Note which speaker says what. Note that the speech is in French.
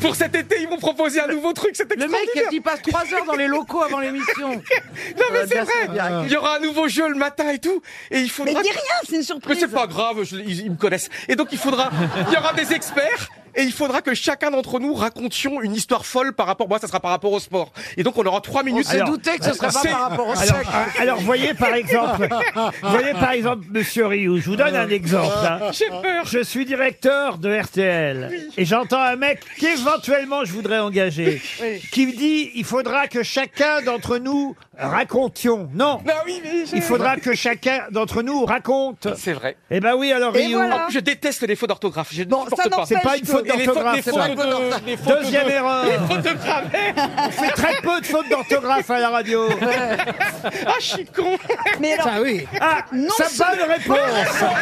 Speaker 1: Pour cet été, ils m'ont proposé un nouveau truc, c'était
Speaker 2: Le mec, il passe trois heures dans les locaux avant l'émission.
Speaker 1: Non mais
Speaker 2: Euh,
Speaker 1: c'est
Speaker 2: bien sûr,
Speaker 1: vrai
Speaker 2: bien.
Speaker 1: Il y aura un nouveau jeu le matin et tout, et il
Speaker 3: Mais
Speaker 1: faudra...
Speaker 3: dis rien, c'est une
Speaker 1: Mais
Speaker 3: surprise.
Speaker 1: c'est pas grave, je- ils, ils me connaissent. Et donc il faudra, il y aura des experts. Et il faudra que chacun d'entre nous racontions une histoire folle par rapport. Moi, ça sera par rapport au sport. Et donc, on aura trois minutes.
Speaker 2: C'est douté que ce serait pas
Speaker 1: c'est-
Speaker 2: par rapport au
Speaker 4: Alors,
Speaker 2: sexe.
Speaker 4: ah, alors voyez par exemple, voyez par exemple Monsieur Rioux. Je vous donne un exemple. hein.
Speaker 1: J'ai peur.
Speaker 4: Je suis directeur de RTL et j'entends un mec qu'éventuellement je voudrais engager, qui me dit il faudra que chacun d'entre nous racontions.
Speaker 1: Non,
Speaker 4: Non,
Speaker 1: Ah oui, mais j'ai-
Speaker 4: il faudra que chacun d'entre nous raconte.
Speaker 1: C'est vrai.
Speaker 4: Eh ben oui, alors
Speaker 3: Et
Speaker 4: Rioux.
Speaker 3: voilà.
Speaker 1: Je déteste les fautes d'orthographe. Je ne
Speaker 3: Bon,
Speaker 1: supporte
Speaker 3: ça
Speaker 1: pas.
Speaker 4: C'est pas une
Speaker 1: Et
Speaker 4: faute
Speaker 1: les fautes,
Speaker 4: d'orthographe.
Speaker 1: les
Speaker 4: c'est
Speaker 1: fautes
Speaker 4: pas-
Speaker 1: de, les fautes
Speaker 4: Deuxième
Speaker 1: de-
Speaker 4: erreur.
Speaker 1: fautes de grammaire.
Speaker 4: On fait très peu de fautes d'orthographe à la radio.
Speaker 1: Ah, je suis con.
Speaker 3: Mais alors,
Speaker 4: Ah,
Speaker 3: Non,
Speaker 4: ça
Speaker 3: c'est-
Speaker 4: bonne réponse.